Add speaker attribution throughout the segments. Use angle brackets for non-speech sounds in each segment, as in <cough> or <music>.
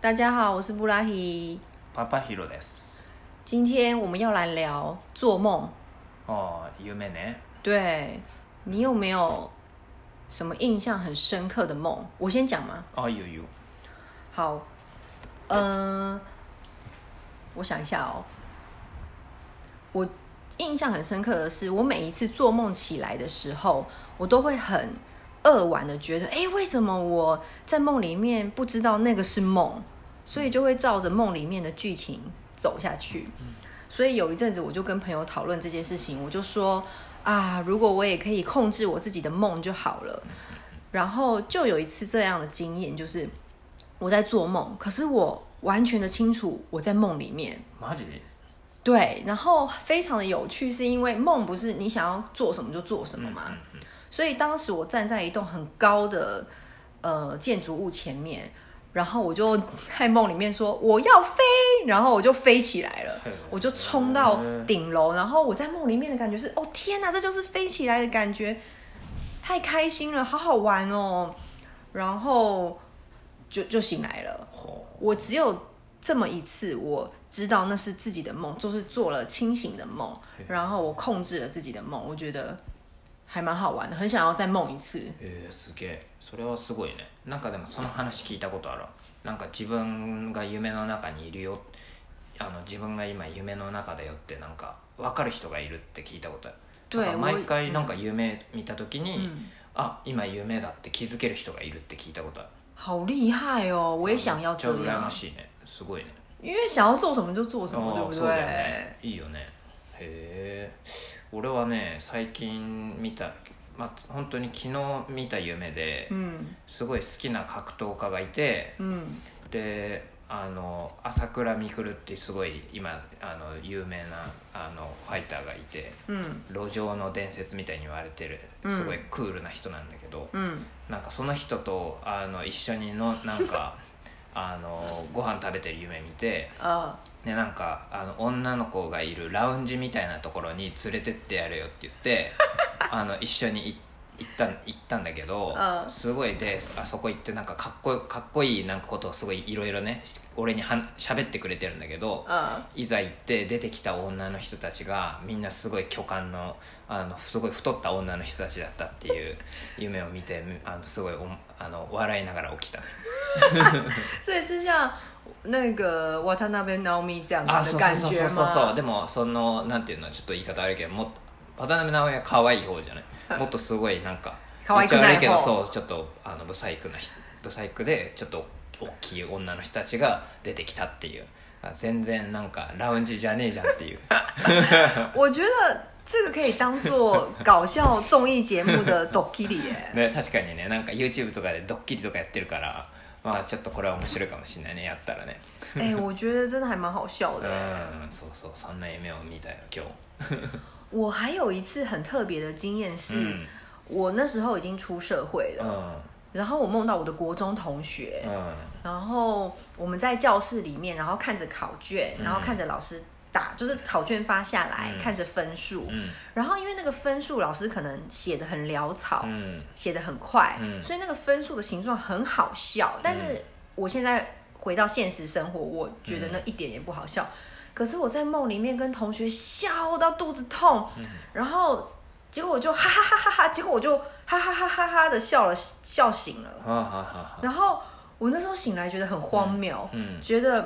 Speaker 1: 大家好，我是布拉希。
Speaker 2: パパヒロです。
Speaker 1: 今天我们要来聊做梦。
Speaker 2: 哦，夢ね。
Speaker 1: 对你有没有什么印象很深刻的梦？我先讲嘛。
Speaker 2: あ、いいよいいよ。
Speaker 1: 好，嗯、我想一下哦。我印象很深刻的是，我每一次做梦起来的时候，我都会很扼腕的觉得，哎，为什么我在梦里面不知道那个是梦？所以就会照着梦里面的剧情走下去。所以有一阵子，我就跟朋友讨论这件事情，我就说啊，如果我也可以控制我自己的梦就好了。然后就有一次这样的经验，就是我在做梦，可是我完全的清楚我在梦里面。
Speaker 2: マジ？
Speaker 1: 对，然后非常的有趣，是因为梦不是你想要做什么就做什么嘛。所以当时我站在一栋很高的呃建筑物前面，然后我就在梦里面说我要飞，然后我就飞起来了
Speaker 2: 嘿，
Speaker 1: 我就冲到顶楼，然后我在梦里面的感觉是哦天哪，这就是飞起来的感觉，太开心了，好好玩哦，然后就就醒来了。
Speaker 2: ほ
Speaker 1: 我只有这么一次，我知道那是自己的梦，就是做了清醒的梦，然后我控制了自己的梦，我觉得还蛮好玩的，很想要再梦一次。
Speaker 2: う。えー、すげえ。それはすごいね。なんかでもその話聞いたことある。なんか自分が夢の中にいるよ。あの自分が今夢の中だよってなんか分かる人がいるって聞いたことある。
Speaker 1: 对
Speaker 2: なんか毎
Speaker 1: 我
Speaker 2: 回なんか夢見た時に、
Speaker 1: 嗯，
Speaker 2: あ、今夢だって気づける人がいるって聞いたことある。
Speaker 1: 好厉害哦！我也想要
Speaker 2: ちょ
Speaker 1: 这
Speaker 2: っと羨ま
Speaker 1: 样，
Speaker 2: しいね。すごいね。
Speaker 1: 因为想要做什么就做什么，对
Speaker 2: あ
Speaker 1: 不
Speaker 2: あ
Speaker 1: 对？
Speaker 2: そうだよねいいよねへえ俺はね最近見たまあ本当に昨日見た夢で
Speaker 1: 嗯
Speaker 2: すごい好きな格闘家がいて
Speaker 1: 嗯
Speaker 2: であの朝倉未来ってすごい今あの有名なあのファイターがいて
Speaker 1: 嗯
Speaker 2: 路上の伝説みたいに言われてる
Speaker 1: うん
Speaker 2: すごいクールな人なんだけど、
Speaker 1: 嗯
Speaker 2: なんかその人とあの一緒にのなん
Speaker 1: <laughs>
Speaker 2: かあのご飯食べてる夢見て
Speaker 1: 啊
Speaker 2: でなんかあの女の子がいるラウンジみたいなところに連れてってやるよって言ってあの一緒にい行った行ったんだけど、
Speaker 1: うん
Speaker 2: すごいであそこ行ってなんかかっこかっこいいなんかことをすごいいろいろねし俺にはん喋ってくれてるんだけど、
Speaker 1: 啊
Speaker 2: いざ行って出てきた女の人たちがみんなすごい巨漢のあのすごい太った女の人たちだったっていう夢を見てあのすごいおあの笑いながら起きた。
Speaker 1: 所以是像那个瓦塔那边 Naomi 这样
Speaker 2: あ
Speaker 1: 子
Speaker 2: そ
Speaker 1: 的感
Speaker 2: うそうそう
Speaker 1: 觉
Speaker 2: そうそう
Speaker 1: 吗？
Speaker 2: でもそのなんていうのちょっと言い方あるけどもっと渡辺直美は可愛い方じゃないもっとすごいなんか
Speaker 1: 可愛くない方
Speaker 2: 言っちゃ悪けどそうちょっとあのブサイクな人ブサイクでちょっと大きい女の人たちが出てきたっていうあ全然なんかラウンジじゃねえじゃんっていう <laughs>
Speaker 1: 我觉得这个可以当做搞笑综艺节目的 Dokiri 耶。
Speaker 2: ね確かにねなんか YouTube とかでドッキリとかやってるからまあちょっとこれは面白いかもしれないねやったらね
Speaker 1: 哎、我觉得真的还蛮好笑
Speaker 2: う
Speaker 1: 的。
Speaker 2: んそうそうそんな夢を見たよ今
Speaker 1: 我还有一次很特别的经验是，
Speaker 2: 日うん
Speaker 1: 我那时候已经出社会
Speaker 2: う
Speaker 1: 了，
Speaker 2: ん
Speaker 1: 然后我梦到我的国中同学，
Speaker 2: うん
Speaker 1: 然后我们在教室里面，然后看着考卷，然后看着老师打，就是考卷发下来，
Speaker 2: 嗯
Speaker 1: 看着分数，
Speaker 2: うん
Speaker 1: 然后因为那个分数老师可能写的很潦草，
Speaker 2: うん
Speaker 1: 写的很快，
Speaker 2: 嗯
Speaker 1: 所以那个分数的形状很好笑。但是我现在回到现实生活，我觉
Speaker 2: 嗯
Speaker 1: 得那一点也不好笑。可是我在梦里面跟同学笑到肚子痛，
Speaker 2: 嗯
Speaker 1: 然后结果我就哈哈哈哈哈，结果我就哈哈哈哈哈的笑了，笑醒了。
Speaker 2: はあはあはあはあ
Speaker 1: 然后我那时候醒来觉得很荒谬，
Speaker 2: うん
Speaker 1: 觉得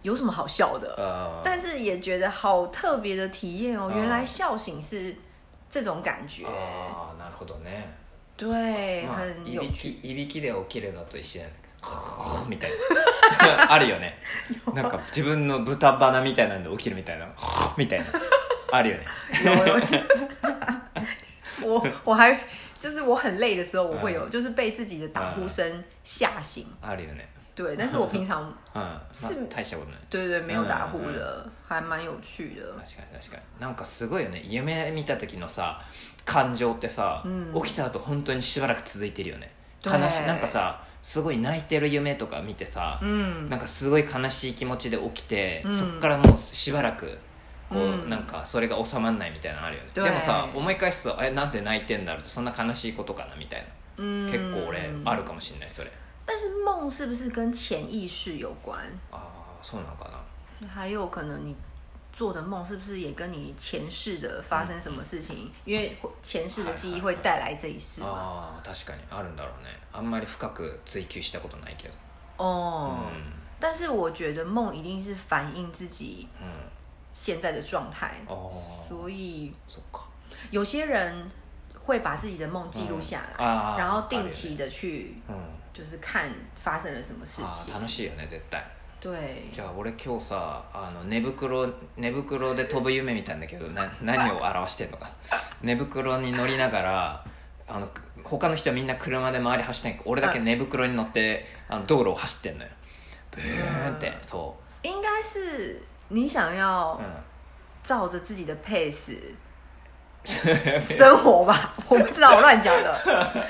Speaker 1: 有什么好笑的？
Speaker 2: あー
Speaker 1: 但是也觉得好特别的体验哦，
Speaker 2: 嗯
Speaker 1: 原来笑醒是这种感觉，
Speaker 2: あーなるほどね、
Speaker 1: 对，
Speaker 2: まあ、
Speaker 1: 很
Speaker 2: い
Speaker 1: 有
Speaker 2: び
Speaker 1: 趣。
Speaker 2: きいびきで起きるのと一緒やねはあみたい <laughs> なあるよねなんか自分の豚鼻みたいなんで起きるみたいなはあみたいなあるよね
Speaker 1: 有有有 <laughs> 我我还就是我很累的时候，我会有、就是被自己的打呼声吓醒，
Speaker 2: あるよね
Speaker 1: 对，但是我平常
Speaker 2: うん、まあ
Speaker 1: 是、
Speaker 2: 大したことない
Speaker 1: 对对没有打呼的，还蛮有趣的。
Speaker 2: 確かに確かになんかすごいよね夢見た時のさ感情ってさ、起きた後本当にしばらく続いてるよね
Speaker 1: 对
Speaker 2: 悲しなんかさすごい泣いてる夢とか見てさ、
Speaker 1: 嗯，
Speaker 2: なんかすごい悲しい気持ちで起きて、
Speaker 1: うん
Speaker 2: そっからもうしばらくこう、
Speaker 1: うん
Speaker 2: なんかそれが収まらないみたいなのあるよね
Speaker 1: 对
Speaker 2: でもさ思い返すと「えなんで泣いてんだろう」ってそんな悲しいことかなみたいな、
Speaker 1: 嗯
Speaker 2: 結構俺あるかもしれないそれ
Speaker 1: 但是梦是不是跟潜意识有关？
Speaker 2: ああそうなんかな
Speaker 1: 还有可能你做的梦是不是也跟你前世的发生什么事情？因为前世的记忆会带来这一世嘛。
Speaker 2: ああ確かにあるんだろうねあんまり深く追求したことないけど
Speaker 1: 哦、
Speaker 2: うんうん
Speaker 1: 但是我觉得梦一定是反映自己现在的状态，
Speaker 2: ああ
Speaker 1: 所以
Speaker 2: そっか
Speaker 1: 有些人会把自己的梦记录下来，
Speaker 2: ああ
Speaker 1: 然后定
Speaker 2: あ
Speaker 1: 期的去
Speaker 2: るよね
Speaker 1: 就是看发生了什么事
Speaker 2: うんああ
Speaker 1: 情。
Speaker 2: 楽しいよね絶対
Speaker 1: 对，
Speaker 2: じゃあ俺今日さあの寝袋寝袋で飛ぶ夢見たんだけどな <laughs> 何を表してんのか寝袋に乗りながらあの他の人はみんな車で周り走ってんけど俺だけ寝袋に乗ってあの道路を走ってんのよブーンってそ
Speaker 1: 应该是你想要
Speaker 2: う、うん
Speaker 1: 照着自己的 pace 生活吧， <laughs> 我不知道，我乱讲的。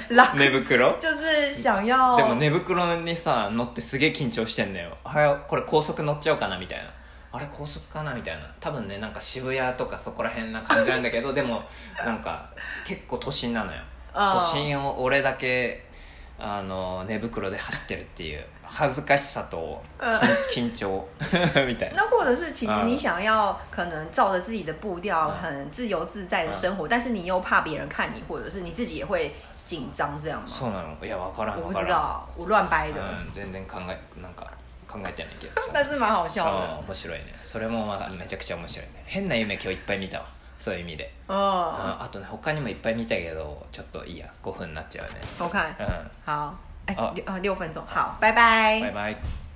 Speaker 1: 然后
Speaker 2: 寝袋
Speaker 1: 就是想要
Speaker 2: でも寝袋にさ乗ってすげえ緊張してんのよあれこれ高速乗っちゃおうかなみたいなあれ高速かなみたいな多分ねなんか渋谷とかそこら辺な感じなんだけどでもなんか結構都心なのよ
Speaker 1: あー
Speaker 2: 都心を俺だけあの寝袋で走ってるっていう恥ずかしさと緊緊張 <laughs> みたいな
Speaker 1: 那或者是其实你想要可能照着自己的步调，很自由自在的生活，但是你又怕别人看你，或者是你自己也会紧张，这样吗？
Speaker 2: そうなのいや分からん
Speaker 1: 我
Speaker 2: 分
Speaker 1: 不
Speaker 2: か
Speaker 1: 知
Speaker 2: らん、
Speaker 1: 道，我乱掰的，
Speaker 2: うん、全然考えなんか考え <laughs> てないけど
Speaker 1: 但是蛮好笑的。
Speaker 2: あ面白いねそれもまためちゃくちゃ面白いね変な夢今日いっぱい見たわそういう意味で、うん、
Speaker 1: 嗯
Speaker 2: あとね他にもいっぱい見たけどちょっといいや5分になっちゃうね
Speaker 1: ，OK，
Speaker 2: うん
Speaker 1: 好，哎
Speaker 2: 啊，
Speaker 1: 六啊六分钟，好，拜
Speaker 2: バイバイ